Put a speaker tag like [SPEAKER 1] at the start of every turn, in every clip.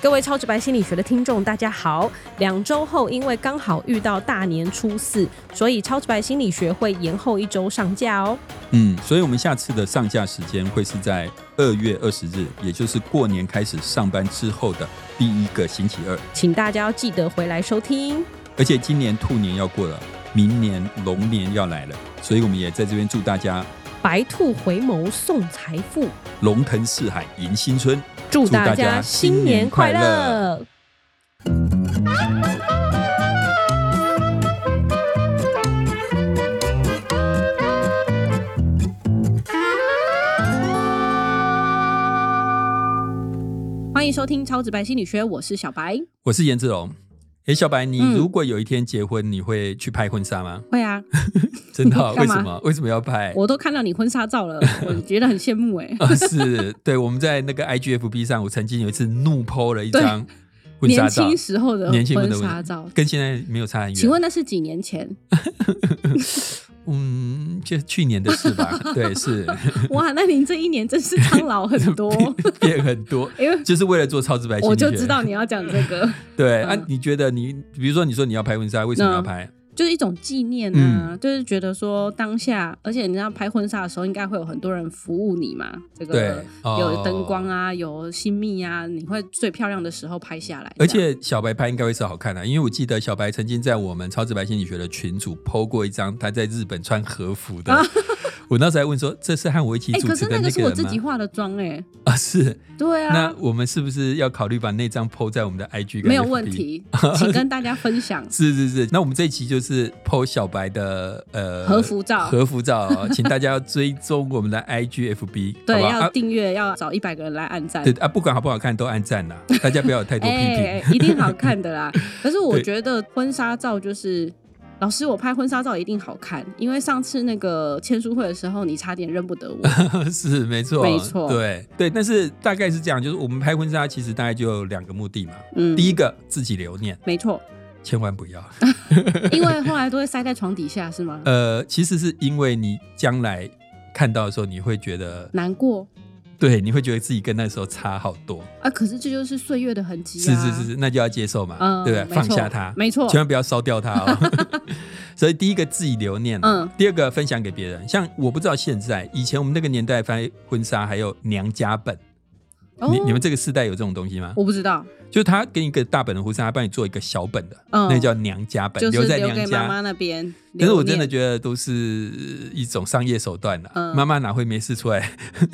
[SPEAKER 1] 各位超直白心理学的听众，大家好。两周后，因为刚好遇到大年初四，所以超直白心理学会延后一周上架哦。
[SPEAKER 2] 嗯，所以我们下次的上架时间会是在二月二十日，也就是过年开始上班之后的第一个星期二。
[SPEAKER 1] 请大家要记得回来收听。
[SPEAKER 2] 而且今年兔年要过了，明年龙年要来了，所以我们也在这边祝大家
[SPEAKER 1] 白兔回眸送财富，
[SPEAKER 2] 龙腾四海迎新春。
[SPEAKER 1] 祝
[SPEAKER 2] 大
[SPEAKER 1] 大
[SPEAKER 2] 家
[SPEAKER 1] 家新
[SPEAKER 2] 新年
[SPEAKER 1] 年快
[SPEAKER 2] 快乐
[SPEAKER 1] 乐！欢迎收听《超直白心理学》，我是小白。
[SPEAKER 2] 我是颜志龙。诶，小白，你
[SPEAKER 1] 嗯
[SPEAKER 2] 如果有一天结婚，你会去拍婚纱吗？
[SPEAKER 1] 会啊，
[SPEAKER 2] 真的啊、为
[SPEAKER 1] 干嘛
[SPEAKER 2] 什么？为什么要拍？
[SPEAKER 1] 我都看到你婚纱照了，我觉得很羡慕哎、
[SPEAKER 2] 啊，是对，我们在那个 IGFB 上，我曾经有一次怒剖了一张婚纱
[SPEAKER 1] 年
[SPEAKER 2] 照，
[SPEAKER 1] 轻时候的
[SPEAKER 2] 年轻
[SPEAKER 1] 婚
[SPEAKER 2] 的
[SPEAKER 1] 纱照，
[SPEAKER 2] 跟现在没有差很远。
[SPEAKER 1] 请问那是几年 前？
[SPEAKER 2] 嗯，就去年的事 吧？对，是
[SPEAKER 1] 哇，那您这一年真是苍老很多，
[SPEAKER 2] 变很多，
[SPEAKER 1] 因为
[SPEAKER 2] 就是为了做超直白心理学。
[SPEAKER 1] 我就知道你要讲这 个，
[SPEAKER 2] 对啊
[SPEAKER 1] 嗯，
[SPEAKER 2] 你觉得你，比如说你说你要拍婚纱，为什么要拍？
[SPEAKER 1] 就是一种纪念啊，
[SPEAKER 2] 嗯
[SPEAKER 1] 就是觉得说当下，而且你知道拍婚纱的时候，应该会有很多人服务你嘛，这嗯个
[SPEAKER 2] 对哦
[SPEAKER 1] 有灯光啊，有新密啊，你会最漂亮的时候拍下来，
[SPEAKER 2] 而且小白拍应该会是好看的、啊因为我记得小白曾经在我们超直白心理学的群组 PO 过一张他在日本穿和服的。 我那时候还问说，这是和我一起
[SPEAKER 1] 啊哎、
[SPEAKER 2] 主
[SPEAKER 1] 可是
[SPEAKER 2] 持
[SPEAKER 1] 那
[SPEAKER 2] 的
[SPEAKER 1] 个
[SPEAKER 2] 那
[SPEAKER 1] 是
[SPEAKER 2] 个
[SPEAKER 1] 我
[SPEAKER 2] 人
[SPEAKER 1] 自
[SPEAKER 2] 吗？
[SPEAKER 1] 己化的妆哎、
[SPEAKER 2] 啊，是。
[SPEAKER 1] 对
[SPEAKER 2] 那
[SPEAKER 1] 啊，
[SPEAKER 2] 我们是不是要考虑把那张 PO 在我们的 IG？跟
[SPEAKER 1] 没有问
[SPEAKER 2] FB？。
[SPEAKER 1] 题，请跟大家分享
[SPEAKER 2] 是是是，那我们这一期就是 PO 小白的呃
[SPEAKER 1] 和服照
[SPEAKER 2] 和服照哦，请大家要追踪我们的 IGFB，
[SPEAKER 1] 对，
[SPEAKER 2] 好不好
[SPEAKER 1] 要
[SPEAKER 2] 啊
[SPEAKER 1] 订阅，要找一百个人来按赞。
[SPEAKER 2] 对啊，不管好不好看都按赞啦， 大家不要有太多批评。
[SPEAKER 1] 哎、一定好看的 啦。可是我
[SPEAKER 2] 对
[SPEAKER 1] 觉得婚纱照就是，老师，我拍婚纱照一定好看，因为上次那个签书会的时候，你差点认不得 我。
[SPEAKER 2] 是没错，
[SPEAKER 1] 没错
[SPEAKER 2] 对对，但是大概是这样，就是我们拍婚纱其实大概就有两个目的嘛，
[SPEAKER 1] 嗯，
[SPEAKER 2] 第一个自己留念，
[SPEAKER 1] 没错，
[SPEAKER 2] 千万不要，
[SPEAKER 1] 因为后来都会塞在床底下，是吗？
[SPEAKER 2] 呃，其实是因为你将来看到的时候，你会觉得，
[SPEAKER 1] 难过
[SPEAKER 2] 对，你会觉得自己跟那时候差好多，
[SPEAKER 1] 啊，可是这就是岁月的痕迹
[SPEAKER 2] 是
[SPEAKER 1] 啊。
[SPEAKER 2] 是是是，那就要接受嘛，
[SPEAKER 1] 嗯
[SPEAKER 2] 对不
[SPEAKER 1] 没
[SPEAKER 2] 对？放
[SPEAKER 1] 错
[SPEAKER 2] 下它，
[SPEAKER 1] 没错
[SPEAKER 2] 千万不要烧掉它 哦。所以第一个自己留念，
[SPEAKER 1] 嗯
[SPEAKER 2] 嗯，第二个分享给别人。像我不知道现在，以前我们那个年代拍婚纱还有娘家本，
[SPEAKER 1] 哦
[SPEAKER 2] 你你们这个世代有这种东西吗？
[SPEAKER 1] 我不知道，
[SPEAKER 2] 就是他给你一个大本的婚纱，他帮你做一个小本的，
[SPEAKER 1] 嗯
[SPEAKER 2] 那叫娘家本，
[SPEAKER 1] 就是
[SPEAKER 2] 留在
[SPEAKER 1] 留
[SPEAKER 2] 娘
[SPEAKER 1] 给
[SPEAKER 2] 家。
[SPEAKER 1] 妈妈那边。
[SPEAKER 2] 但是我
[SPEAKER 1] 留念
[SPEAKER 2] 真的觉得都是一种商业手段了、啊
[SPEAKER 1] 嗯
[SPEAKER 2] 妈妈哪会没事出来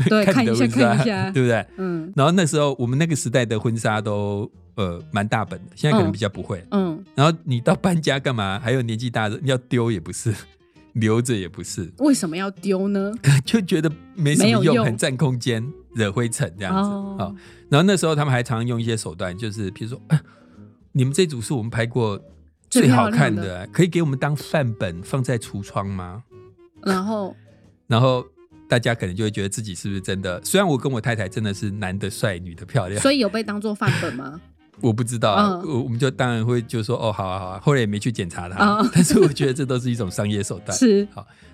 [SPEAKER 1] 对
[SPEAKER 2] 看你的
[SPEAKER 1] 看
[SPEAKER 2] 婚
[SPEAKER 1] 一下
[SPEAKER 2] 纱，
[SPEAKER 1] 看一下
[SPEAKER 2] 啊对不对？
[SPEAKER 1] 嗯
[SPEAKER 2] 然后那时候我们那个时代的婚纱都呃蛮大本的，现在可能比较不会。
[SPEAKER 1] 嗯，
[SPEAKER 2] 然后你到搬家干嘛？还有年纪大的要丢也不是， 留着也不是，
[SPEAKER 1] 为什么要丢呢？
[SPEAKER 2] 就觉得没什么
[SPEAKER 1] 没有
[SPEAKER 2] 用，
[SPEAKER 1] 用
[SPEAKER 2] 很占空间，惹灰尘这样子。
[SPEAKER 1] 哦
[SPEAKER 2] 哦然后那时候他们还常用一些手段，就是比如说、啊你们这组是我们拍过
[SPEAKER 1] 最
[SPEAKER 2] 最好看
[SPEAKER 1] 漂亮
[SPEAKER 2] 的，可以给我们当范本放在橱窗吗？
[SPEAKER 1] 然后
[SPEAKER 2] 然后大家可能就会觉得自己是不是真的？虽然我跟我太太真的是男的帅，女的漂亮，
[SPEAKER 1] 所以有被当做范本吗？
[SPEAKER 2] 我不知道啊，
[SPEAKER 1] 嗯
[SPEAKER 2] 我我们就当然会就说哦，好啊好啊，后来也没去检查它，
[SPEAKER 1] 哦
[SPEAKER 2] 但是我觉得这都是一种商业手 段。
[SPEAKER 1] 是，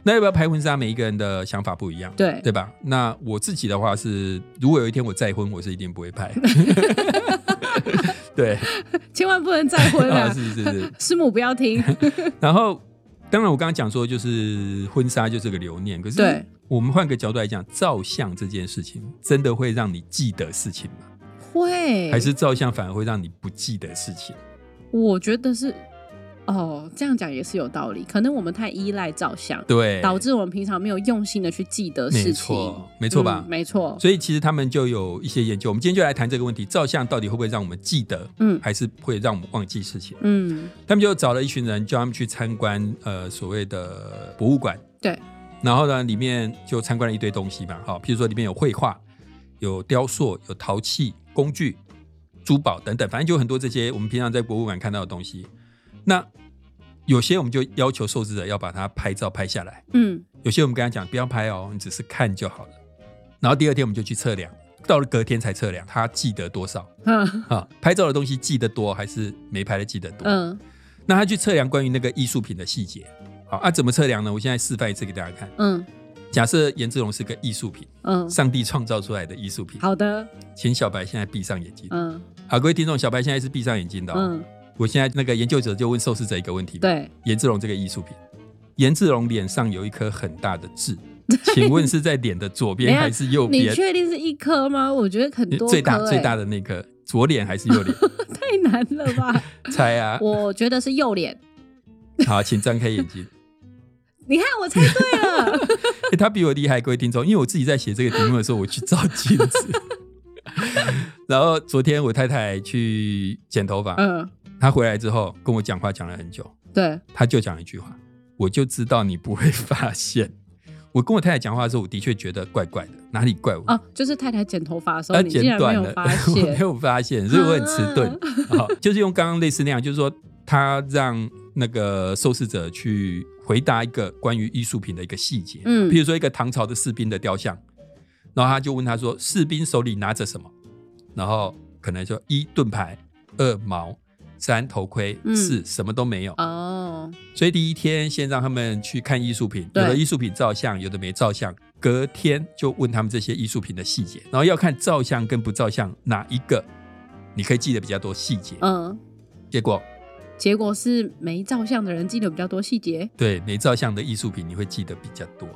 [SPEAKER 2] 那要不要拍婚纱？每一个人的想法不一样，
[SPEAKER 1] 对，
[SPEAKER 2] 对吧？那我自己的话是，如果有一天我再婚，我是一定不会拍。 对，
[SPEAKER 1] 千万不能再婚
[SPEAKER 2] 啊，
[SPEAKER 1] 了
[SPEAKER 2] 是，是是。
[SPEAKER 1] 师母不要 听。
[SPEAKER 2] 然后，当然我刚刚讲说，就是婚纱就是个留念，可
[SPEAKER 1] 对
[SPEAKER 2] 是我们换个角度来讲，照相这件事情真的会让你记得事情吗？
[SPEAKER 1] 会
[SPEAKER 2] 还是照相反而会让你不记得事情？
[SPEAKER 1] 我觉得是哦，这样讲也是有道理。可能我们太依赖照相，
[SPEAKER 2] 对，
[SPEAKER 1] 导致我们平常没有用心的去记得事情，
[SPEAKER 2] 没错，没错吧
[SPEAKER 1] 嗯？没错，
[SPEAKER 2] 所以其实他们就有一些研究，我们今天就来谈这个问题：照相到底会不会让我们记得，
[SPEAKER 1] 嗯
[SPEAKER 2] 还是会让我们忘记事情？
[SPEAKER 1] 嗯，
[SPEAKER 2] 他们就找了一群人，叫他们去参观呃所谓的博物馆，
[SPEAKER 1] 对，
[SPEAKER 2] 然后呢里面就参观了一堆东西嘛，好、譬如说里面有绘画、有雕塑、有陶器、工具、珠宝等等，反正就很多这些我们平常在博物馆看到的东西。那有些我们就要求受试者要把它拍照拍下来，
[SPEAKER 1] 嗯，
[SPEAKER 2] 有些我们跟他讲不要拍哦，你只是看就好了。然后第二天我们就去测量，到了隔天才测量他记得多少
[SPEAKER 1] 嗯
[SPEAKER 2] 啊？拍照的东西记得多还是没拍的记得多？
[SPEAKER 1] 嗯
[SPEAKER 2] 那他去测量关于那个艺术品的细节。好，啊，怎么测量呢？我现在示范一次给大家看。
[SPEAKER 1] 嗯
[SPEAKER 2] 假设颜志龙是个艺术品，
[SPEAKER 1] 嗯，
[SPEAKER 2] 上帝创造出来的艺术品。
[SPEAKER 1] 好的，
[SPEAKER 2] 请小白现在闭上眼睛，
[SPEAKER 1] 嗯，
[SPEAKER 2] 啊，好，各位听众，小白现在是闭上眼睛的、哦。
[SPEAKER 1] 嗯，
[SPEAKER 2] 我现在那个研究者就问受试者一个问题：，，
[SPEAKER 1] 对，
[SPEAKER 2] 颜志龙这个艺术品，颜志龙脸上有一颗很大的 痣，请问是在脸的左边还是右
[SPEAKER 1] 你
[SPEAKER 2] 边？
[SPEAKER 1] 确定是一颗吗？我觉得很多颗、欸，
[SPEAKER 2] 最大最大的那颗，左脸还是右 脸？
[SPEAKER 1] 太难了 吧？
[SPEAKER 2] 猜啊！
[SPEAKER 1] 我觉得是右脸。
[SPEAKER 2] 好，请张开眼睛。
[SPEAKER 1] 你看，我猜对 了。
[SPEAKER 2] 欸他比我厉害，各位听众，因为我自己在写这个题目的时候，我去照镜子。 然后昨天我太太去剪头发，
[SPEAKER 1] 嗯，
[SPEAKER 2] 她回来之后跟我讲话讲了很久，
[SPEAKER 1] 对，
[SPEAKER 2] 她就讲一句话，我就知道你不会发现。我跟我太太讲话的时候，我的确觉得怪怪的，哪里怪我？
[SPEAKER 1] 哦，就是太太剪头发的时候，
[SPEAKER 2] 她
[SPEAKER 1] 你竟
[SPEAKER 2] 呃剪
[SPEAKER 1] 然没
[SPEAKER 2] 短
[SPEAKER 1] 有
[SPEAKER 2] 了，
[SPEAKER 1] 发
[SPEAKER 2] 我没
[SPEAKER 1] 现。啊
[SPEAKER 2] 有发现，所以我很迟钝。好，就是用刚刚类似那样，就是说他让那个受试者去回答一个关于艺术品的一个细节，
[SPEAKER 1] 嗯
[SPEAKER 2] 譬如说一个唐朝的士兵的雕像，然后他就问他说，士兵手里拿着什么？然后可能说一盾牌，二矛，三头盔，
[SPEAKER 1] 嗯
[SPEAKER 2] 四什么都没有。
[SPEAKER 1] 哦，
[SPEAKER 2] 所以第一天先让他们去看艺术品，有
[SPEAKER 1] 对
[SPEAKER 2] 的艺术品照相，有的没照相。隔天就问他们这些艺术品的细节，然后要看照相跟不照相哪一个你可以记得比较多细节。
[SPEAKER 1] 嗯，
[SPEAKER 2] 结果
[SPEAKER 1] 结果是没照相的人记得比较多细节。
[SPEAKER 2] 对没照相的艺术品你会记得比较多，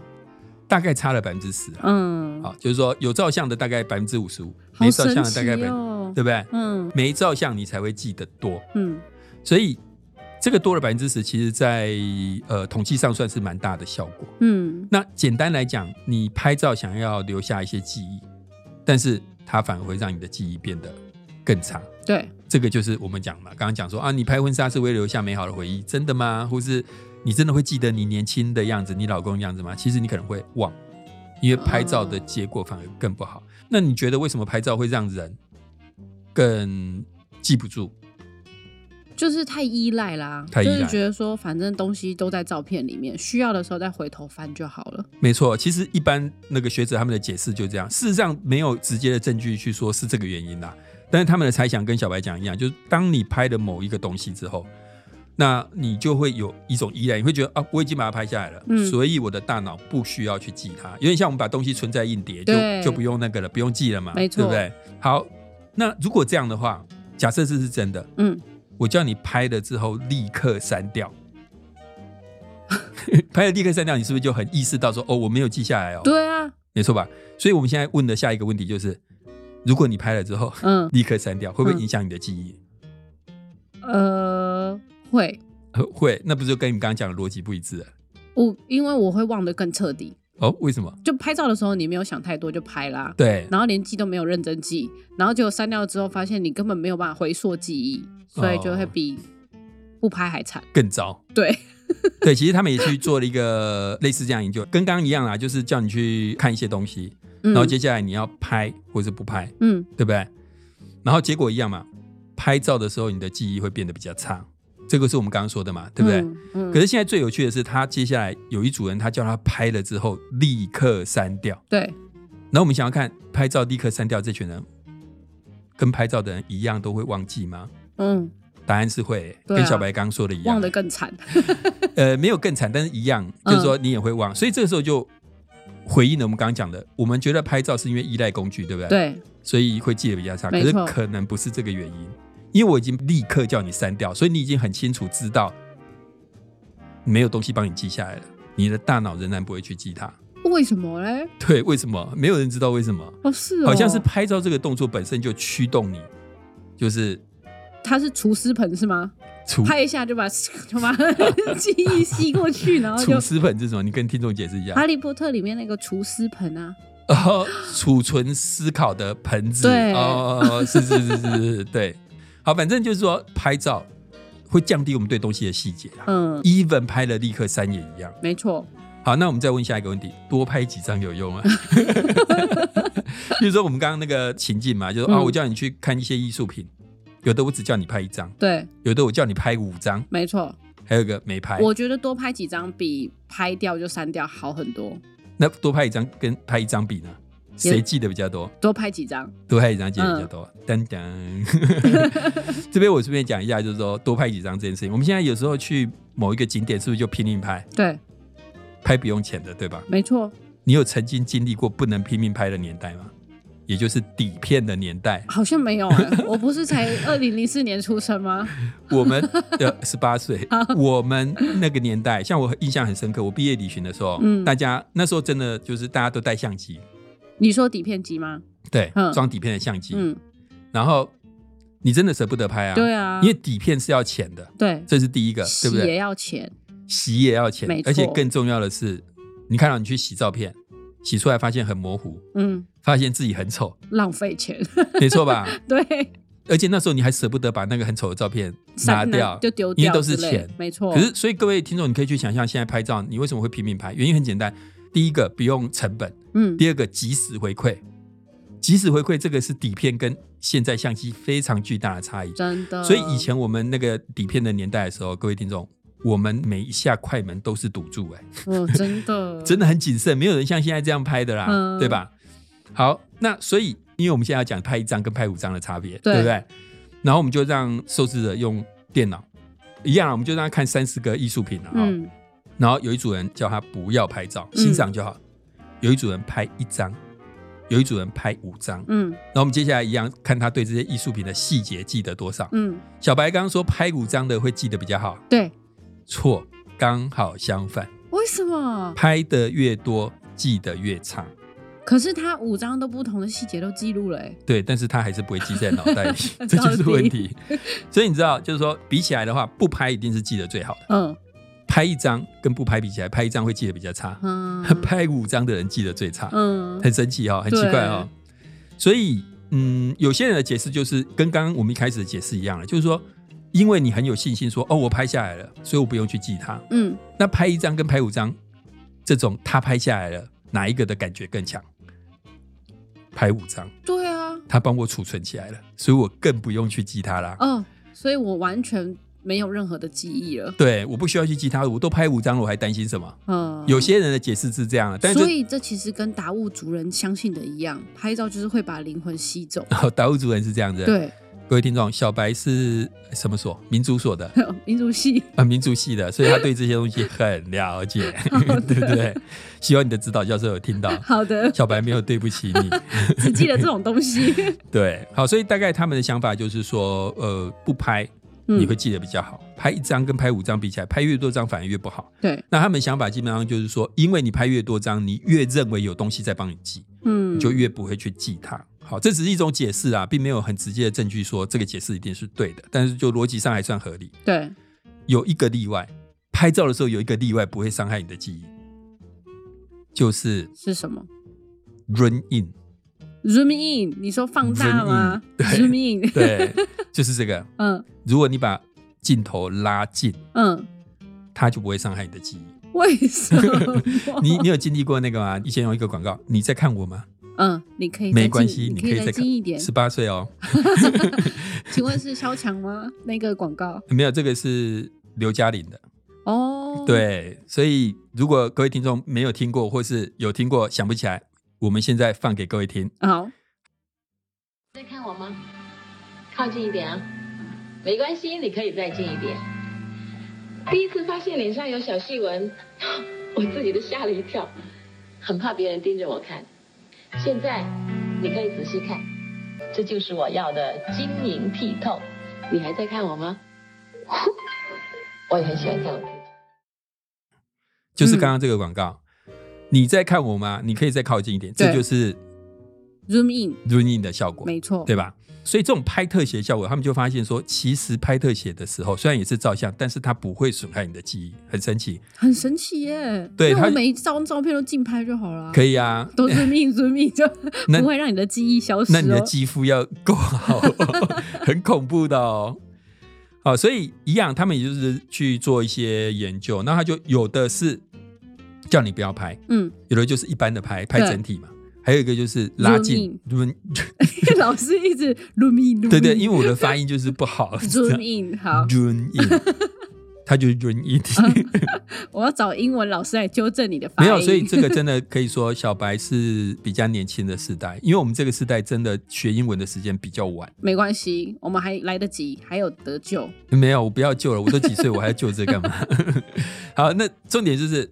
[SPEAKER 2] 大概差了百分之十。啊
[SPEAKER 1] 嗯，
[SPEAKER 2] 好，就是说有照相的大概百分之五十五，
[SPEAKER 1] 好
[SPEAKER 2] 没照
[SPEAKER 1] 神
[SPEAKER 2] 相的大概
[SPEAKER 1] 奇
[SPEAKER 2] 百、
[SPEAKER 1] 哦。
[SPEAKER 2] 对不对？
[SPEAKER 1] 嗯
[SPEAKER 2] 没照相你才会记得多，
[SPEAKER 1] 嗯，
[SPEAKER 2] 所以这个多了百分之十，其实在呃统计上算是蛮大的效果。
[SPEAKER 1] 嗯，
[SPEAKER 2] 那简单来讲，你拍照想要留下一些记忆，但是它反而会让你的记忆变得更差。
[SPEAKER 1] 对，
[SPEAKER 2] 这个就是我们讲嘛，刚刚讲说啊，你拍婚纱是为了留下美好的回忆，真的吗？ 或是你真的会记得你年轻的样子，你老公的样子吗？其实你可能会忘，因为拍照的结果反而更不好。那你觉得为什么拍照会让人更记不住？
[SPEAKER 1] 就是太依赖啦，
[SPEAKER 2] 太依
[SPEAKER 1] 就
[SPEAKER 2] 赖
[SPEAKER 1] 是觉得说，反正东西都在照片里面，需要的时候再回头翻就好了。
[SPEAKER 2] 没错，其实一般那个学者他们的解释就这样，事实上没有直接的证据去说是这个原因啦。但是他们的猜想跟小白讲一样，就是当你拍了某一个东西之后，那你就会有一种依赖，你会觉得啊，我已经把它拍下来了，
[SPEAKER 1] 嗯
[SPEAKER 2] 所以我的大脑不需要去记它，有点像我们把东西存在硬碟，就
[SPEAKER 1] 对
[SPEAKER 2] 就不用那个了，不用记了嘛，
[SPEAKER 1] 没错
[SPEAKER 2] 对不对？好，那如果这样的话，假设这是真的，
[SPEAKER 1] 嗯，
[SPEAKER 2] 我叫你拍了之后立刻删掉。 拍了立刻删掉，你是不是就很意识到说哦，我没有记下来哦？，
[SPEAKER 1] 对啊，
[SPEAKER 2] 没错吧？所以我们现在问的下一个问题就是，如果你拍了之后
[SPEAKER 1] 嗯
[SPEAKER 2] 立刻删掉，会不会
[SPEAKER 1] 嗯
[SPEAKER 2] 影响你的记忆？
[SPEAKER 1] 呃，会，
[SPEAKER 2] 呃会，那不是就跟你刚刚讲的逻辑不一致了？
[SPEAKER 1] 我因为我会忘得更彻底，
[SPEAKER 2] 哦，为什么？
[SPEAKER 1] 就拍照的时候你没有想太多就拍啦，
[SPEAKER 2] 对，
[SPEAKER 1] 然后连记都没有认真记，然后结果删掉之后发现你根本没有办法回溯记忆，所以就
[SPEAKER 2] 哦
[SPEAKER 1] 会比不拍还惨。
[SPEAKER 2] 更糟。
[SPEAKER 1] 对，
[SPEAKER 2] 对，其实他们也去做了一个类似这样研究，跟刚刚一样啦，就是叫你去看一些东西，
[SPEAKER 1] 嗯
[SPEAKER 2] 然后接下来你要拍或是不拍，
[SPEAKER 1] 嗯
[SPEAKER 2] 对不对？然后结果一样嘛，拍照的时候你的记忆会变得比较差，这个是我们刚刚说的嘛，对不对？
[SPEAKER 1] 嗯嗯，
[SPEAKER 2] 可是现在最有趣的是，他接下来有一组人，他叫他拍了之后立刻删掉。
[SPEAKER 1] 对，
[SPEAKER 2] 然后我们想要看拍照立刻删掉这群人，跟拍照的人一样都会忘记吗？
[SPEAKER 1] 嗯，
[SPEAKER 2] 答案是会、
[SPEAKER 1] 对啊
[SPEAKER 2] 跟小白刚刚说的一
[SPEAKER 1] 忘
[SPEAKER 2] 样啊
[SPEAKER 1] 得。更惨。
[SPEAKER 2] 呃，没有更惨，但是一样，
[SPEAKER 1] 嗯
[SPEAKER 2] 就是说你也会忘。所以这个时候就回应了我们刚刚讲的，我们觉得拍照是因为依赖工具，对不对？
[SPEAKER 1] 对，
[SPEAKER 2] 所以会记得比较差。可
[SPEAKER 1] 没
[SPEAKER 2] 是
[SPEAKER 1] 错
[SPEAKER 2] 可能不是这个原因，因为我已经立刻叫你删掉，所以你已经很清楚知道没有东西帮你记下来了，你的大脑仍然不会去记它。
[SPEAKER 1] 为什么嘞？
[SPEAKER 2] 对，为什么？没有人知道为什么，
[SPEAKER 1] 哦，是哦，
[SPEAKER 2] 好像是拍照这个动作本身就驱动你，就是
[SPEAKER 1] 他是厨师盆是吗？
[SPEAKER 2] 厨
[SPEAKER 1] 拍一下就把 就把记忆吸过去，然后就
[SPEAKER 2] 厨师啊粉是什么？你跟听众解释一下
[SPEAKER 1] 《哈。利波特》里面那个厨师盆啊，
[SPEAKER 2] 哦，储存思考的盆子。
[SPEAKER 1] 对
[SPEAKER 2] 哦，是是是是是，对。好，反正就是说拍照会降低我们对东西的细节啦。
[SPEAKER 1] 嗯，
[SPEAKER 2] even 拍了立刻删也一样。
[SPEAKER 1] 没错，
[SPEAKER 2] 好，那我们再问下一个问题：多拍几张有用吗？啊 比如说我们刚刚那个情境嘛，就是啊，
[SPEAKER 1] 嗯
[SPEAKER 2] 我叫你去看一些艺术品，有的我只叫你拍一张，
[SPEAKER 1] 对，
[SPEAKER 2] 有的我叫你拍五张，
[SPEAKER 1] 没错。
[SPEAKER 2] 还有一个没拍。
[SPEAKER 1] 我觉得多拍几张比拍掉就删掉好很多，
[SPEAKER 2] 那多拍一张跟拍一张比呢？
[SPEAKER 1] 也
[SPEAKER 2] 谁记得比较多？
[SPEAKER 1] 多拍几张，
[SPEAKER 2] 多拍几张记得比较多。
[SPEAKER 1] 嗯
[SPEAKER 2] 噔噔， 这边我顺便讲一下，就是说多拍几张这件事情。我们现在有时候去某一个景点，是不是就拼命拍？
[SPEAKER 1] 对，
[SPEAKER 2] 拍不用钱的，对吧？
[SPEAKER 1] 没错，，
[SPEAKER 2] 你有曾经经历过不能拼命拍的年代吗？也就是底片的年代
[SPEAKER 1] 好像没有、欸，我不是 才二零零四年出生吗？
[SPEAKER 2] 我们的十八岁，我们那个年代，像我印象很深刻，我毕业旅行的时候，
[SPEAKER 1] 嗯
[SPEAKER 2] 大家那时候真的就是大家都带相机，
[SPEAKER 1] 你说底片机吗？
[SPEAKER 2] 对
[SPEAKER 1] 嗯，
[SPEAKER 2] 装底片的相机，
[SPEAKER 1] 嗯，
[SPEAKER 2] 然后你真的舍不得拍啊，
[SPEAKER 1] 对啊，
[SPEAKER 2] 因为底片是要钱的，
[SPEAKER 1] 对，
[SPEAKER 2] 这是第一个，对
[SPEAKER 1] 洗
[SPEAKER 2] 不对
[SPEAKER 1] 也？要钱，
[SPEAKER 2] 洗也要钱
[SPEAKER 1] 没，错
[SPEAKER 2] 而且更重要的是，你看到你去洗照片，洗出来发现很模糊，
[SPEAKER 1] 嗯，
[SPEAKER 2] 发现自己很丑，
[SPEAKER 1] 浪费钱，
[SPEAKER 2] 没错吧？
[SPEAKER 1] 对，
[SPEAKER 2] 而且那时候你还舍不得把那个很丑的照片拿
[SPEAKER 1] 删
[SPEAKER 2] 掉，
[SPEAKER 1] 就丢
[SPEAKER 2] 因为
[SPEAKER 1] 掉
[SPEAKER 2] 都
[SPEAKER 1] 之
[SPEAKER 2] 是
[SPEAKER 1] 类的，
[SPEAKER 2] 钱。
[SPEAKER 1] 没错。
[SPEAKER 2] 可是，所以各位听众，你可以去想象现在拍照，你为什么会拼命拍？原因很简单，第一个不用成本，
[SPEAKER 1] 嗯，
[SPEAKER 2] 第二个及时回馈。及时回馈这个是底片跟现在相机非常巨大的差异。
[SPEAKER 1] 真的，
[SPEAKER 2] 所以以前我们那个底片的年代的时候，各位听众，我们每一下快门都是堵住、哎，
[SPEAKER 1] 哦，真的
[SPEAKER 2] 真
[SPEAKER 1] 的
[SPEAKER 2] 的很谨慎，没有人像现在这样拍的啦，
[SPEAKER 1] 嗯
[SPEAKER 2] 对吧？好，那所以因为我们现在要讲拍一张跟拍五张的差别，
[SPEAKER 1] 对
[SPEAKER 2] 不对？然后我们就让受试者用电脑一样啊，我们就让他看三十个艺术品啊、哦
[SPEAKER 1] 嗯，
[SPEAKER 2] 然后有一组人叫他不要拍照，
[SPEAKER 1] 嗯
[SPEAKER 2] 欣赏就好；有一组人拍一张，有一组人拍五张。
[SPEAKER 1] 嗯
[SPEAKER 2] 然后我们接下来一样看他对这些艺术品的细节记得多少。
[SPEAKER 1] 嗯，
[SPEAKER 2] 小白刚刚说拍五张的会记得比较好，
[SPEAKER 1] 对，
[SPEAKER 2] 错，刚好相反，
[SPEAKER 1] 为什么？
[SPEAKER 2] 拍的越多记得越差。
[SPEAKER 1] 可是他五张都不同的细节都记录了、欸，
[SPEAKER 2] 对，但是他还是不会记在脑 袋里，这就是问题。所以你知道，就是说，比起来的话，不拍一定是记得最好的。
[SPEAKER 1] 嗯
[SPEAKER 2] 拍一张跟不拍比起来，拍一张会记得比较差，
[SPEAKER 1] 嗯
[SPEAKER 2] 拍五张的人记得最差，
[SPEAKER 1] 嗯
[SPEAKER 2] 很神奇哦，很奇怪哦。所以，嗯，有些人的解释就是跟刚刚我们一开始的解释一样了，就是说，因为你很有信心说，哦，我拍下来了，所以我不用去记它。
[SPEAKER 1] 嗯，
[SPEAKER 2] 那拍一张跟拍五张，这种他拍下来了，哪一个的感觉更强？拍五张。
[SPEAKER 1] 对啊，
[SPEAKER 2] 他帮我储存起来了，所以我更不用去记它啦。
[SPEAKER 1] 哦，所以我完全没有任何的记忆了，
[SPEAKER 2] 对，我不需要去记它，我都拍五张了，我还担心什么？
[SPEAKER 1] 嗯，
[SPEAKER 2] 有。些人的解释是这样的，但是
[SPEAKER 1] 所以这其实跟达悟族人相信的一样，拍照就是会把灵魂吸 走。
[SPEAKER 2] 哦达悟族人是这样子。，
[SPEAKER 1] 对，
[SPEAKER 2] 各位听众，小白是呃什么所？民族所的
[SPEAKER 1] 民族系
[SPEAKER 2] 啊，民族系的，所以他对这些东西很了 解， 对不对？希望你的指导教授有听到。
[SPEAKER 1] 哦好的，
[SPEAKER 2] 小白没有对不起 你，
[SPEAKER 1] 只记得这种东 西。
[SPEAKER 2] 对，好，所以大概他们的想法就是说，呃，不拍
[SPEAKER 1] 嗯
[SPEAKER 2] 你会记得比较好，拍一张跟拍五张比起来，拍越多张反而越不好。
[SPEAKER 1] 对，
[SPEAKER 2] 那他们想法基本上就是说，因为你拍越多张，你越认为有东西在帮你记，
[SPEAKER 1] 嗯，
[SPEAKER 2] 你就越不会去记它。好，这只是一种解释啊，并没有很直接的证据说这个解释一定是对的，但是就逻辑上还算合理。
[SPEAKER 1] 对，
[SPEAKER 2] 有一个例外，拍照的时候有一个例外不会伤害你的记忆，就是
[SPEAKER 1] 是什么
[SPEAKER 2] run in，
[SPEAKER 1] ？Zoom in，你说放大吗
[SPEAKER 2] Zoom
[SPEAKER 1] ？Zoom in，
[SPEAKER 2] 对，就是这个。
[SPEAKER 1] 嗯
[SPEAKER 2] 如果你把镜头拉近，
[SPEAKER 1] 嗯，
[SPEAKER 2] 它就不会伤害你的记忆。？
[SPEAKER 1] 为什么
[SPEAKER 2] 你你有经历过那个吗？以前有一个广告，你在看我吗？
[SPEAKER 1] 嗯，你可以再
[SPEAKER 2] 没
[SPEAKER 1] 近
[SPEAKER 2] 关系，
[SPEAKER 1] 你
[SPEAKER 2] 可以
[SPEAKER 1] 再
[SPEAKER 2] 再
[SPEAKER 1] 近一点。
[SPEAKER 2] 十八岁哦。
[SPEAKER 1] 请问是萧强吗？那个广告
[SPEAKER 2] 没有，这个是刘嘉玲的。
[SPEAKER 1] 哦，，
[SPEAKER 2] 对，所以如果各位听众没有听过，或是有听过想不起来，我们现在放给各位听。
[SPEAKER 1] 好，
[SPEAKER 3] 在看我吗？靠近一点啊，没关系，你可以再近一点。第一次发现脸上有小细纹， 我自己都吓了一跳，很怕别人盯着我看。现在你可以仔细看，这就是我要的晶莹剔透。你还在看我吗？ 我也很喜欢看我自己。
[SPEAKER 2] 就是
[SPEAKER 1] 嗯
[SPEAKER 2] 刚刚这个广告，你在看我吗？你可以再靠近一点，这
[SPEAKER 1] 对
[SPEAKER 2] 就是
[SPEAKER 1] Zoom in，
[SPEAKER 2] run in 的效果，
[SPEAKER 1] 没错，
[SPEAKER 2] 对吧？所以这种拍特写效果，他们就发现说，其实拍特写的时候，虽然也是照相，但是它不会损害你的记忆，很神奇。
[SPEAKER 1] 很神奇耶。
[SPEAKER 2] 对
[SPEAKER 1] 那
[SPEAKER 2] 它
[SPEAKER 1] 我每一张照片都近拍就好了。
[SPEAKER 2] 可
[SPEAKER 1] 以。
[SPEAKER 2] 以啊，
[SPEAKER 1] 都 zoom in zoom in 就
[SPEAKER 2] 那
[SPEAKER 1] 不会让你的记忆消失、哦。
[SPEAKER 2] 那你的肌肤要够好， 很恐怖的哦。好，所以一样，他们也就是去做一些研究，那他就有的是叫你不要拍，
[SPEAKER 1] 嗯，
[SPEAKER 2] 有的就是一般的拍，拍整体嘛。还有一个就是拉近，
[SPEAKER 1] 老师一直 zoom in zoom in，
[SPEAKER 2] 对对，因为我的发音就是 不好
[SPEAKER 1] zoom in 好，哎
[SPEAKER 2] run in，他就是 run in，
[SPEAKER 1] 我要找英文老师来纠正你的发
[SPEAKER 2] 没
[SPEAKER 1] 音。
[SPEAKER 2] 有，所以这个真的可以说小白是比较年轻的世代，因为我们这个世代真的学英文的时间比较晚。
[SPEAKER 1] 没关系，我们还来得及，还有得救。
[SPEAKER 2] 没有，我不要救了，我都几岁，我还要救这干嘛？ 好，那重点就是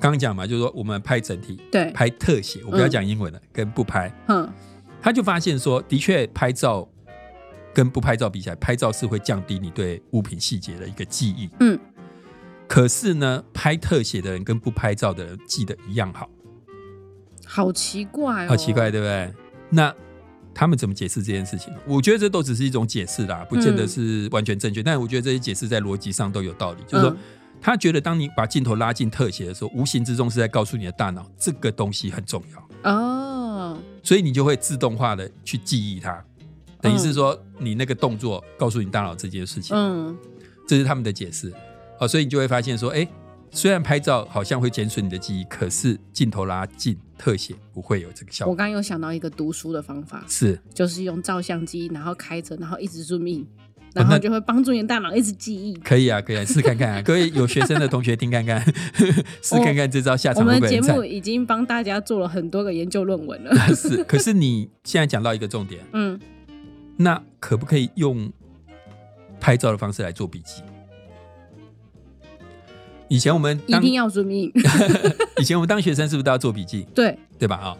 [SPEAKER 2] 刚刚讲嘛，就是说我们拍整体、
[SPEAKER 1] 对，嗯
[SPEAKER 2] 拍特写，我不要讲英文了，跟不拍。
[SPEAKER 1] 哼，
[SPEAKER 2] 他就发现说，的确拍照跟不拍照比起来，拍照是会降低你对物品细节的一个记忆。
[SPEAKER 1] 嗯，
[SPEAKER 2] 可是呢，拍特写的人跟不拍照的人记得一样好，
[SPEAKER 1] 好奇怪哦，
[SPEAKER 2] 好奇怪，对不对？那他们怎么解释这件事情呢？我觉得这都只是一种解释啦，不见得
[SPEAKER 1] 嗯
[SPEAKER 2] 是完全正确。但我觉得这些解释在逻辑上都有道理，就是说。
[SPEAKER 1] 嗯
[SPEAKER 2] 他觉得，当你把镜头拉近特写的时候，无形之中是在告诉你的大脑这个东西很重要，
[SPEAKER 1] 哦，
[SPEAKER 2] 所以你就会自动化的去记忆它。等于是说，你那个动作告诉你大脑这件事情，
[SPEAKER 1] 嗯
[SPEAKER 2] 这是他们的解释啊、哦所以你就会发现说，哎，虽然拍照好像会减损你的记忆，可是镜头拉近特写不会有这个效
[SPEAKER 1] 我
[SPEAKER 2] 果。
[SPEAKER 1] 刚刚有想到一个读书的方法，
[SPEAKER 2] 是，
[SPEAKER 1] 就是用照相机，然后开着，然后一直 zoom in，
[SPEAKER 2] 哦那
[SPEAKER 1] 然后就会帮助你的大脑一直记忆。
[SPEAKER 2] 可以啊，可以啊，试 看看啊，各位有学生的同学听看看， 试看看这招下
[SPEAKER 1] 我
[SPEAKER 2] 场
[SPEAKER 1] 们
[SPEAKER 2] 会不
[SPEAKER 1] 的
[SPEAKER 2] 会
[SPEAKER 1] 节
[SPEAKER 2] 很赞
[SPEAKER 1] 目？已经帮大家做了很多个研究论文了。
[SPEAKER 2] 是，可是你现在讲到一个重点，
[SPEAKER 1] 嗯，
[SPEAKER 2] 那可不可以用拍照的方式来做笔记？以前我们
[SPEAKER 1] 一
[SPEAKER 2] 当
[SPEAKER 1] 定要 zoom in。
[SPEAKER 2] 以前我们当学生是不是都要做笔记，
[SPEAKER 1] 对，
[SPEAKER 2] 对吧？啊、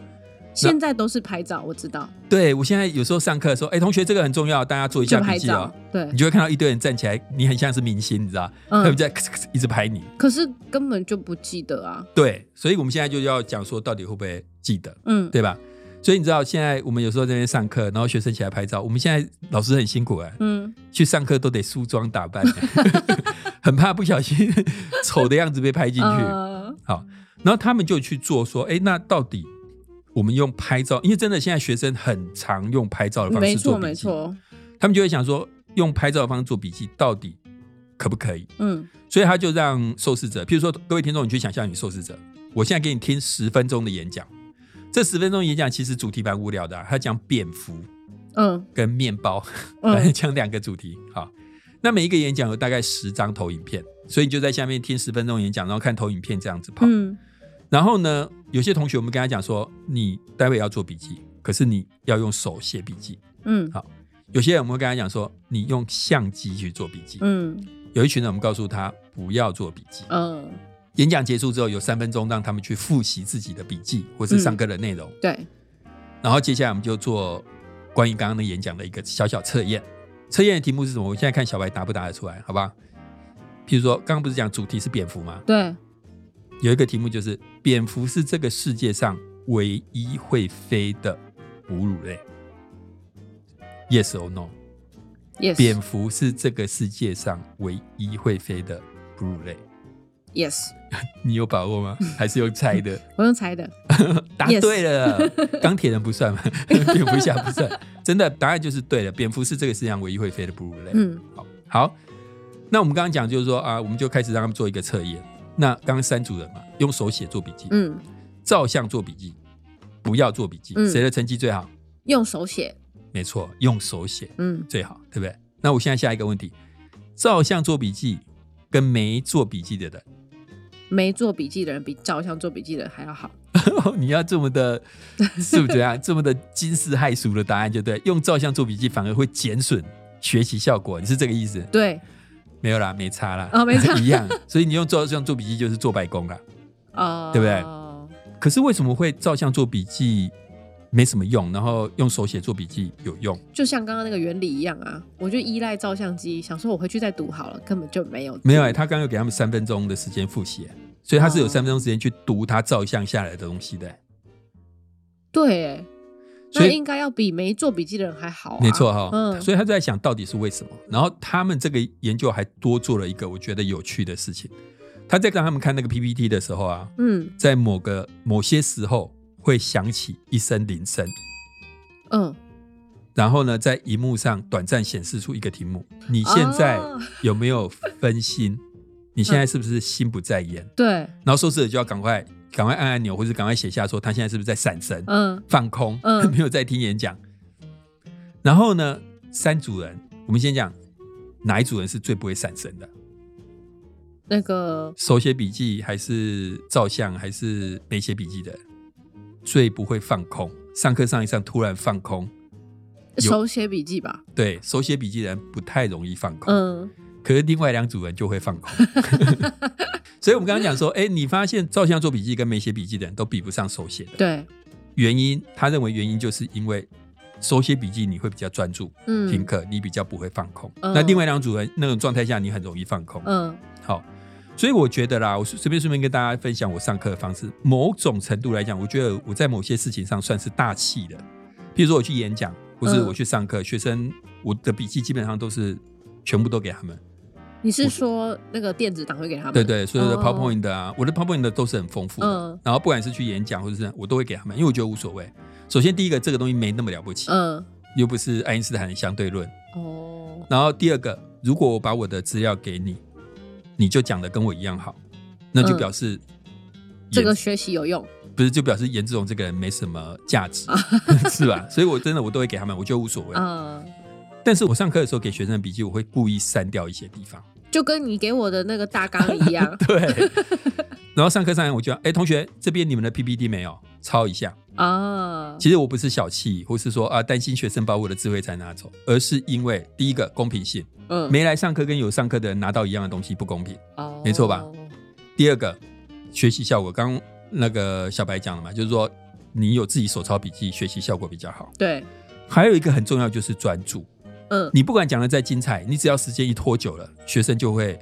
[SPEAKER 1] 现在都是拍照，我知道，
[SPEAKER 2] 对我现在有时候上课的时候，哎、同学这个很重要，大家做一
[SPEAKER 1] 就
[SPEAKER 2] 下
[SPEAKER 1] 拍
[SPEAKER 2] 笔记
[SPEAKER 1] 照
[SPEAKER 2] 哦。。
[SPEAKER 1] 对
[SPEAKER 2] 你，就会看到一堆人站起来，你很像是明星，你知道？他们
[SPEAKER 1] 嗯，
[SPEAKER 2] 在 咔哧咔哧一直拍你。
[SPEAKER 1] 可是根本就不记得啊。
[SPEAKER 2] 对，所以我们现在就要讲说，到底会不会记得，
[SPEAKER 1] 嗯，
[SPEAKER 2] 对吧？所以你知道，现在我们有时候在那边上课，然后学生起来拍照，我们现在老师很辛苦哎、
[SPEAKER 1] 嗯，
[SPEAKER 2] 去上课都得梳妆打扮，很怕不小心丑的样子被拍进去。
[SPEAKER 1] 呃
[SPEAKER 2] 然后他们就去做说，哎，那到底我们用拍照？因为真的现在学生很常用拍照的方
[SPEAKER 1] 没错
[SPEAKER 2] 式做笔记，
[SPEAKER 1] 没错，
[SPEAKER 2] 他们就会想说，用拍照的方式做笔记到底可不可以？
[SPEAKER 1] 嗯
[SPEAKER 2] 所以他就让受试者，譬如说各位听众，你去想象你受试者，我现在给你听十分钟的演讲，这十分钟演讲其实主题蛮无聊的啊、他讲蝙蝠
[SPEAKER 1] 嗯
[SPEAKER 2] 跟面包。来
[SPEAKER 1] 嗯，
[SPEAKER 2] 讲两个主题。好，那每一个演讲有大概十张投影片，所以你就在下面听十分钟演讲，然后看投影片这样子跑。
[SPEAKER 1] 嗯
[SPEAKER 2] 然后呢，有些同学我们跟他讲说，你待会要做笔记，可是你要用手写笔记。
[SPEAKER 1] 嗯
[SPEAKER 2] 有些人我们会跟他讲说，你用相机去做笔记。
[SPEAKER 1] 嗯
[SPEAKER 2] 有一群人我们告诉他不要做笔记。
[SPEAKER 1] 嗯，
[SPEAKER 2] 演讲结束之后有三分钟让他们去复习自己的笔记或是上课的内容。
[SPEAKER 1] 对，
[SPEAKER 2] 然后接下来我们就做关于刚刚的演讲的一个小小测验。测验的题目是什么？我现在看小白答不答得出来，好吧？譬如说，刚刚不是讲主题是蝙蝠吗？
[SPEAKER 1] 对，
[SPEAKER 2] 有一个题目就是蝙蝠是这个世界上唯一会飞的哺乳类。Yes or no？蝙
[SPEAKER 1] yes
[SPEAKER 2] 蝠是这个世界上唯一会飞的哺乳类，
[SPEAKER 1] yes，
[SPEAKER 2] 你有把握吗？还是用猜的？
[SPEAKER 1] 我用猜的，
[SPEAKER 2] 答
[SPEAKER 1] Yes
[SPEAKER 2] 对了，钢铁人不算嘛， 蝙蝠侠不算，真的答案就是对了。蝙蝠是这个世界上唯一会飞的哺乳类。
[SPEAKER 1] 嗯
[SPEAKER 2] 好，好，那我们刚刚讲就是说啊，我们就开始让他们做一个测验。那刚刚三组人嘛，用手写做笔记，
[SPEAKER 1] 嗯，
[SPEAKER 2] 照相做笔记，不要做笔记，
[SPEAKER 1] 嗯
[SPEAKER 2] 谁的成绩最好？
[SPEAKER 1] 用手写，
[SPEAKER 2] 没错，用手写
[SPEAKER 1] 嗯
[SPEAKER 2] 最好，对不对？那我现在下一个问题，照相做笔记跟没做笔记的人，
[SPEAKER 1] 没做笔记的人比照相做笔记的人还要好。
[SPEAKER 2] 哦你要这么的，是不是这样？这么的惊世骇俗的答案，就对。用照相做笔记反而会减损学习效果，你是这个意思？
[SPEAKER 1] 对，
[SPEAKER 2] 没有啦，没差啦，
[SPEAKER 1] 哦没差
[SPEAKER 2] 一样。所以你用照相做笔记就是做白工啦。
[SPEAKER 1] 哦，
[SPEAKER 2] 对不对可是为什么会照相做笔记没什么用，然后用手写做笔记有用？
[SPEAKER 1] 就像刚刚那个原理一样啊，我就依赖照相机，想说我回去再读好了，根本就没有
[SPEAKER 2] 没有哎、他刚刚有给他们三分钟的时间复习欸、所以他是有
[SPEAKER 1] 哦
[SPEAKER 2] 三分钟时间去读他照相下来的东西的欸、
[SPEAKER 1] 对欸，
[SPEAKER 2] 所
[SPEAKER 1] 那
[SPEAKER 2] 以
[SPEAKER 1] 应该要比没做笔记的人还好、啊，
[SPEAKER 2] 没错哈、
[SPEAKER 1] 嗯，
[SPEAKER 2] 所以他就在想到底是为什么。然后他们这个研究还多做了一个我觉得有趣的事情，他在让他们看那个 PPT 的时候啊，
[SPEAKER 1] 嗯
[SPEAKER 2] 在某个某些时候会响起一声铃声，
[SPEAKER 1] 嗯，
[SPEAKER 2] 然后呢，在荧幕上短暂显示出一个题目：你现在
[SPEAKER 1] 哦
[SPEAKER 2] 有没有 分心？
[SPEAKER 1] 嗯
[SPEAKER 2] 你现在是不是心不在焉？
[SPEAKER 1] 对，
[SPEAKER 2] 然后受试者就要赶快赶快按按钮，或者赶快写下说他现在是不是在闪神、
[SPEAKER 1] 嗯
[SPEAKER 2] 放空，
[SPEAKER 1] 嗯
[SPEAKER 2] 没有在听演讲。然后呢，三组人，我们先讲哪一组人是最不会闪神的？
[SPEAKER 1] 那个
[SPEAKER 2] 手写笔记还是照相还是没写笔记的人？最不会放空，上课上一上突然放空。有
[SPEAKER 1] 手写笔记吧，
[SPEAKER 2] 对，手写笔记的人不太容易放空，
[SPEAKER 1] 嗯
[SPEAKER 2] 可是另外两组人就会放空。 所以我们刚刚讲说，哎、你发现照相做笔记跟没写笔记的人都比不上手写的。
[SPEAKER 1] 对，
[SPEAKER 2] 原因，他认为原因就是因为手写笔记你会比较专注，
[SPEAKER 1] 嗯
[SPEAKER 2] 听课你比较不会放空。
[SPEAKER 1] 嗯
[SPEAKER 2] 那另外两组人那种状态下，你很容易放空。
[SPEAKER 1] 嗯
[SPEAKER 2] 好，所以我觉得啦，我随便顺便跟大家分享我上课的方式。某种程度来讲，我觉得我在某些事情上算是大气的，譬如说我去演讲，或是
[SPEAKER 1] 嗯
[SPEAKER 2] 我去上课，学生我的笔记基本上都是全部都给他们。
[SPEAKER 1] 嗯你是说那个电子档会给他们？
[SPEAKER 2] 对对，所有的
[SPEAKER 1] 哦
[SPEAKER 2] PowerPoint 的啊，我的 PowerPoint 的都是很丰富的。
[SPEAKER 1] 嗯
[SPEAKER 2] 然后不管是去演讲或者是我都会给他们，因为我觉得无所谓。首先第一个，这个东西没那么了不起，
[SPEAKER 1] 嗯，
[SPEAKER 2] 又不是爱因斯坦的相对论。
[SPEAKER 1] 哦，
[SPEAKER 2] 然后第二个，如果我把我的资料给你，你就讲的跟我一样好，那就
[SPEAKER 1] 嗯
[SPEAKER 2] 表示
[SPEAKER 1] 这个
[SPEAKER 2] 严
[SPEAKER 1] 学习有用，
[SPEAKER 2] 不是就表示严志荣这个人没什么价值，
[SPEAKER 1] 啊
[SPEAKER 2] 是吧？所以我真的我都会给他们，我觉得无所谓。
[SPEAKER 1] 嗯，
[SPEAKER 2] 但是我上课的时候给学生的笔记，我会故意删掉一些地方。
[SPEAKER 1] 就跟你给我的那个大纲一样
[SPEAKER 2] 对。然后上课上来我就要，哎，同学，这边你们的 PPT 没有，抄一下。
[SPEAKER 1] 啊，
[SPEAKER 2] 其实我不是小气，或是说啊担心学生把我的智慧财拿走，而是因为第一个公平性，
[SPEAKER 1] 嗯，
[SPEAKER 2] 没来上课跟有上课的人拿到一样的东西不公平。
[SPEAKER 1] 哦，
[SPEAKER 2] 没错吧第二个学习效果，刚刚那个小白讲了嘛，就是说你有自己手抄笔记，学习效果比较好。
[SPEAKER 1] 对，
[SPEAKER 2] 还有一个很重要就是专注，
[SPEAKER 1] 嗯
[SPEAKER 2] 你不管讲的再精彩，你只要时间一拖久了，学生就会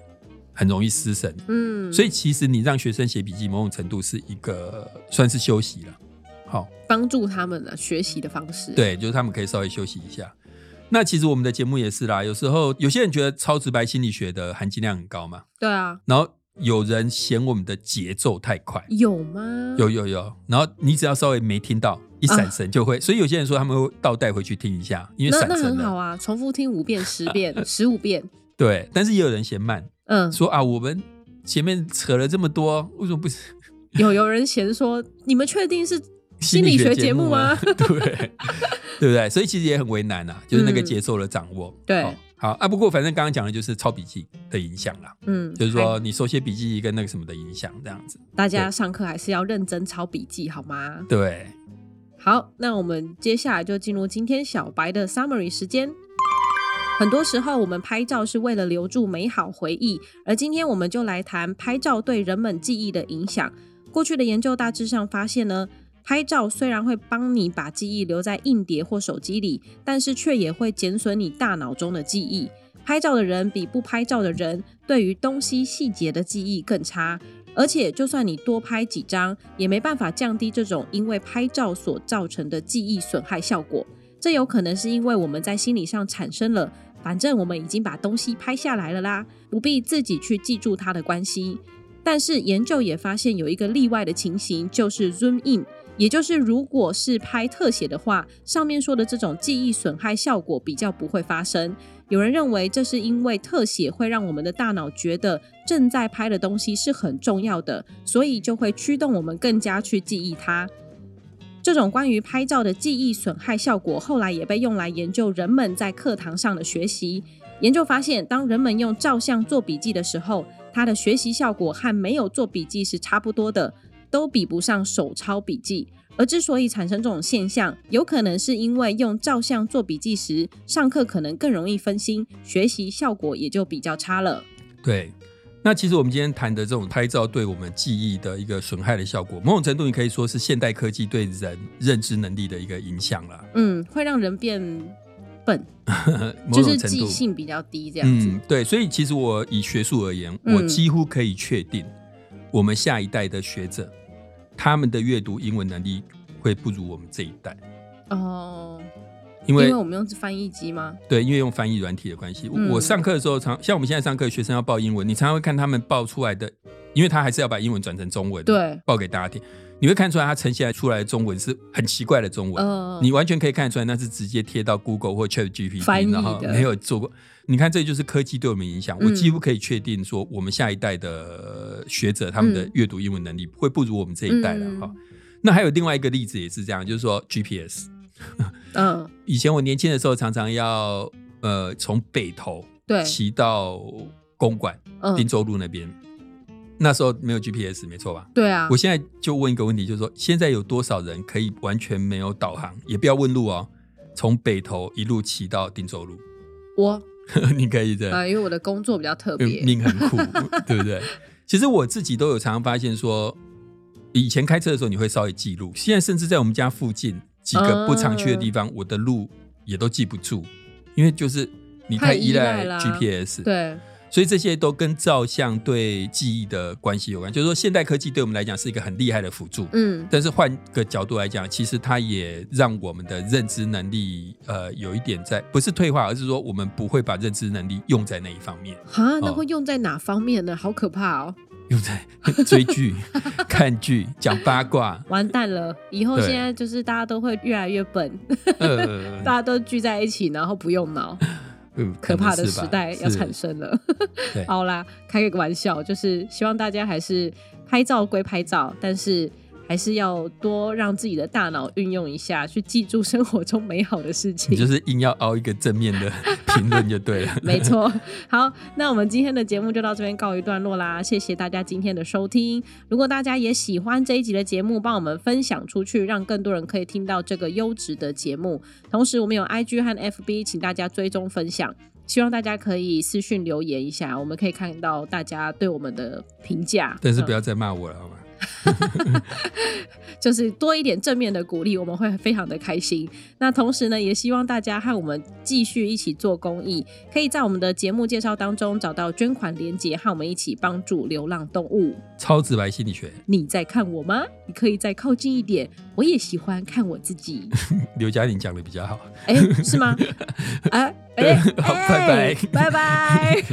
[SPEAKER 2] 很容易失神。
[SPEAKER 1] 嗯，
[SPEAKER 2] 所
[SPEAKER 1] 以
[SPEAKER 2] 以其实你让学生写笔记，某种程度是一个算是休息了。好、
[SPEAKER 1] 帮助他们的学习的方式，，
[SPEAKER 2] 对，就是他们可以稍微休息一下。那其实我们的节目也是啦，有时候有些人觉得超直白心理学的含金量很高嘛，
[SPEAKER 1] 对啊，
[SPEAKER 2] 然后有人嫌我们的节奏太快，
[SPEAKER 1] 有吗？
[SPEAKER 2] 有有有，然后你只要稍微没听到，一闪
[SPEAKER 1] 啊
[SPEAKER 2] 神就会，所以有些人说他们会倒带回去听一下，因为
[SPEAKER 1] 那
[SPEAKER 2] 闪
[SPEAKER 1] 那
[SPEAKER 2] 神
[SPEAKER 1] 很好
[SPEAKER 2] 了。
[SPEAKER 1] 啊，重复听五遍、十 遍、十五遍，
[SPEAKER 2] 对，但是也有人嫌慢，
[SPEAKER 1] 嗯，
[SPEAKER 2] 说啊，我们前面扯了这么多，为什么不是
[SPEAKER 1] 有有人嫌说，你们确定是 心理学节目啊吗？
[SPEAKER 2] 对，啊 对不对？所以其实也很为难啊，就是那个
[SPEAKER 1] 嗯
[SPEAKER 2] 节奏的掌握。
[SPEAKER 1] 对
[SPEAKER 2] 好好啊，不过反正刚刚讲的就是抄笔记的影响啦，
[SPEAKER 1] 嗯，
[SPEAKER 2] 就是
[SPEAKER 1] 还
[SPEAKER 2] 说你手写笔记跟那个什么的影响，这样子。
[SPEAKER 1] 大家上课还是要认真抄笔记，好吗？
[SPEAKER 2] 对，
[SPEAKER 1] 好，那我们接下来就进入今天小白的 summary 时间。很多时候，我们拍照是为了留住美好回忆，而今天我们就来谈拍照对人们记忆的影响。过去的研究大致上发现呢，拍照虽然会帮你把记忆留在硬碟或手机里，但是却也会减损你大脑中的记忆。拍照的人比不拍照的人对于东西细节的记忆更差，而且，就算你多拍几张，也没办法降低这种因为拍照所造成的记忆损害效果。这有可能是因为我们在心理上产生了，反正我们已经把东西拍下来了啦，不必自己去记住它的关系。但是研究也发现有一个例外的情形，就是 zoom in，也就是如果是拍特写的话，上面说的这种记忆损害效果比较不会发生。有人认为这是因为特写会让我们的大脑觉得正在拍的东西是很重要的，所以就会驱动我们更加去记忆它。这种关于拍照的记忆损害效果，后来也被用来研究人们在课堂上的学习。研究发现，当人们用照相做笔记的时候，它的学习效果和没有做笔记是差不多的，都比不上手抄笔记。而之所以产生这种现象，有可能是因为用照相做笔记时，上课可能更容易分心，学习效果也就比较差了。
[SPEAKER 2] 对。那其实我们今天谈的这种拍照对我们记忆的一个损害的效果，某种程度你可以说是现代科技对人认知能力的一个影响啦。
[SPEAKER 1] 嗯，会让人变笨，
[SPEAKER 2] 某
[SPEAKER 1] 就是
[SPEAKER 2] 种程
[SPEAKER 1] 记
[SPEAKER 2] 度，
[SPEAKER 1] 性比较低这样子。
[SPEAKER 2] 嗯，对。所以其实我以学术而言，
[SPEAKER 1] 嗯
[SPEAKER 2] 我几乎可以确定，我们下一代的学者，他们的阅读英文能力会不如我们这一代，
[SPEAKER 1] 哦，
[SPEAKER 2] 因
[SPEAKER 1] 因
[SPEAKER 2] 为
[SPEAKER 1] 为我们用翻译机吗？
[SPEAKER 2] 对，因为用翻译软体的关系，我
[SPEAKER 1] 嗯
[SPEAKER 2] 我上课的时候常像我们现在上课，学生要报英文，你常常会看他们报出来的，因为他还是要把英文转成中文，，
[SPEAKER 1] 对，
[SPEAKER 2] 报给大家听，你会看出来他呈现出来的中文是很奇怪的中文，
[SPEAKER 1] 呃，
[SPEAKER 2] 你完全可以看得出来，那是直接贴到 Google 或 Chat
[SPEAKER 1] 翻译的
[SPEAKER 2] GPT，然后没有做过。你看，这就是科技对我们影响。
[SPEAKER 1] 嗯
[SPEAKER 2] 我几乎可以确定说，我们下一代的学者他们的
[SPEAKER 1] 嗯
[SPEAKER 2] 阅读英文能力会不如我们这一代了
[SPEAKER 1] 嗯
[SPEAKER 2] 哈。那还有另外一个例子也是这样，就是说 GPS。
[SPEAKER 1] 嗯，
[SPEAKER 2] 以前我年轻的时候，常常要呃从北投
[SPEAKER 1] 对，
[SPEAKER 2] 骑到公馆汀
[SPEAKER 1] 嗯，
[SPEAKER 2] 州路那边，那时候没有 GPS，没错吧？
[SPEAKER 1] 对啊
[SPEAKER 2] 我，现在就问一个问题，就是说现在有多少人可以完全没有导航，也不要问路哦，从北头一路骑到汀州路？
[SPEAKER 1] 我
[SPEAKER 2] 你可以的，
[SPEAKER 1] 啊，因为我的工作比较特别，
[SPEAKER 2] 命很苦， 对不对？其实我自己都有常常发现说，以前开车的时候你会稍微记录，现在甚至在我们家附近几个不常去的地方，我的路也都记不住，因为就是你
[SPEAKER 1] 太
[SPEAKER 2] 太
[SPEAKER 1] 依
[SPEAKER 2] 依
[SPEAKER 1] 赖
[SPEAKER 2] 赖
[SPEAKER 1] 啦
[SPEAKER 2] GPS。
[SPEAKER 1] 对，
[SPEAKER 2] 所以这些都跟照相对记忆的关系有关。就是说，现代科技对我们来讲是一个很厉害的辅助，
[SPEAKER 1] 嗯，
[SPEAKER 2] 但是换个角度来讲，其实它也让我们的认知能力呃有一点在不是退化，而是说我们不会把认知能力用在那一方面，
[SPEAKER 1] 哈，那
[SPEAKER 2] 哦
[SPEAKER 1] 会用在哪方面呢？好可怕哦！
[SPEAKER 2] 用在追剧、 看剧、讲八卦，
[SPEAKER 1] 完蛋了，以后
[SPEAKER 2] 对
[SPEAKER 1] 现在就是大家都会越来越笨，
[SPEAKER 2] 呃，
[SPEAKER 1] 大家都聚在一起，然后不用脑，
[SPEAKER 2] 嗯
[SPEAKER 1] 可
[SPEAKER 2] 能
[SPEAKER 1] 怕的
[SPEAKER 2] 是
[SPEAKER 1] 时
[SPEAKER 2] 吧
[SPEAKER 1] 代要
[SPEAKER 2] 是
[SPEAKER 1] 产生了。
[SPEAKER 2] 对
[SPEAKER 1] 好啦，开个玩笑，就是希望大家还是拍照归拍照，但是还是要多让自己的大脑运用一下，去记住生活中美好的事情。
[SPEAKER 2] 你就是硬要凹一个正面的评论就 对了。
[SPEAKER 1] 没错。好，那我们今天的节目就到这边告一段落啦，谢谢大家今天的收听。如果大家也喜欢这一集的节目，帮我们分享出去，让更多人可以听到这个优质的节目。同时，我们有 IG 和 FB，请大家追踪分享。希望大家可以私讯留言一下，我们可以看到大家对我们的评价。
[SPEAKER 2] 但是不
[SPEAKER 1] 要、
[SPEAKER 2] 要再骂我了，好吗？
[SPEAKER 1] 就是多一点正面的鼓励，我们会非常的开心。那同时呢，也希望大家和我们继续一起做公益，可以在我们的节目介绍当中找到捐款链接，和我们一起帮助流浪动物。
[SPEAKER 2] 超直白心理学，
[SPEAKER 1] 你在看我吗？你可以再靠近一点，我也喜欢看我自己。
[SPEAKER 2] 刘嘉玲讲的比较好。
[SPEAKER 1] 哎、是吗？啊，哎、
[SPEAKER 2] 好拜拜
[SPEAKER 1] 哎拜拜。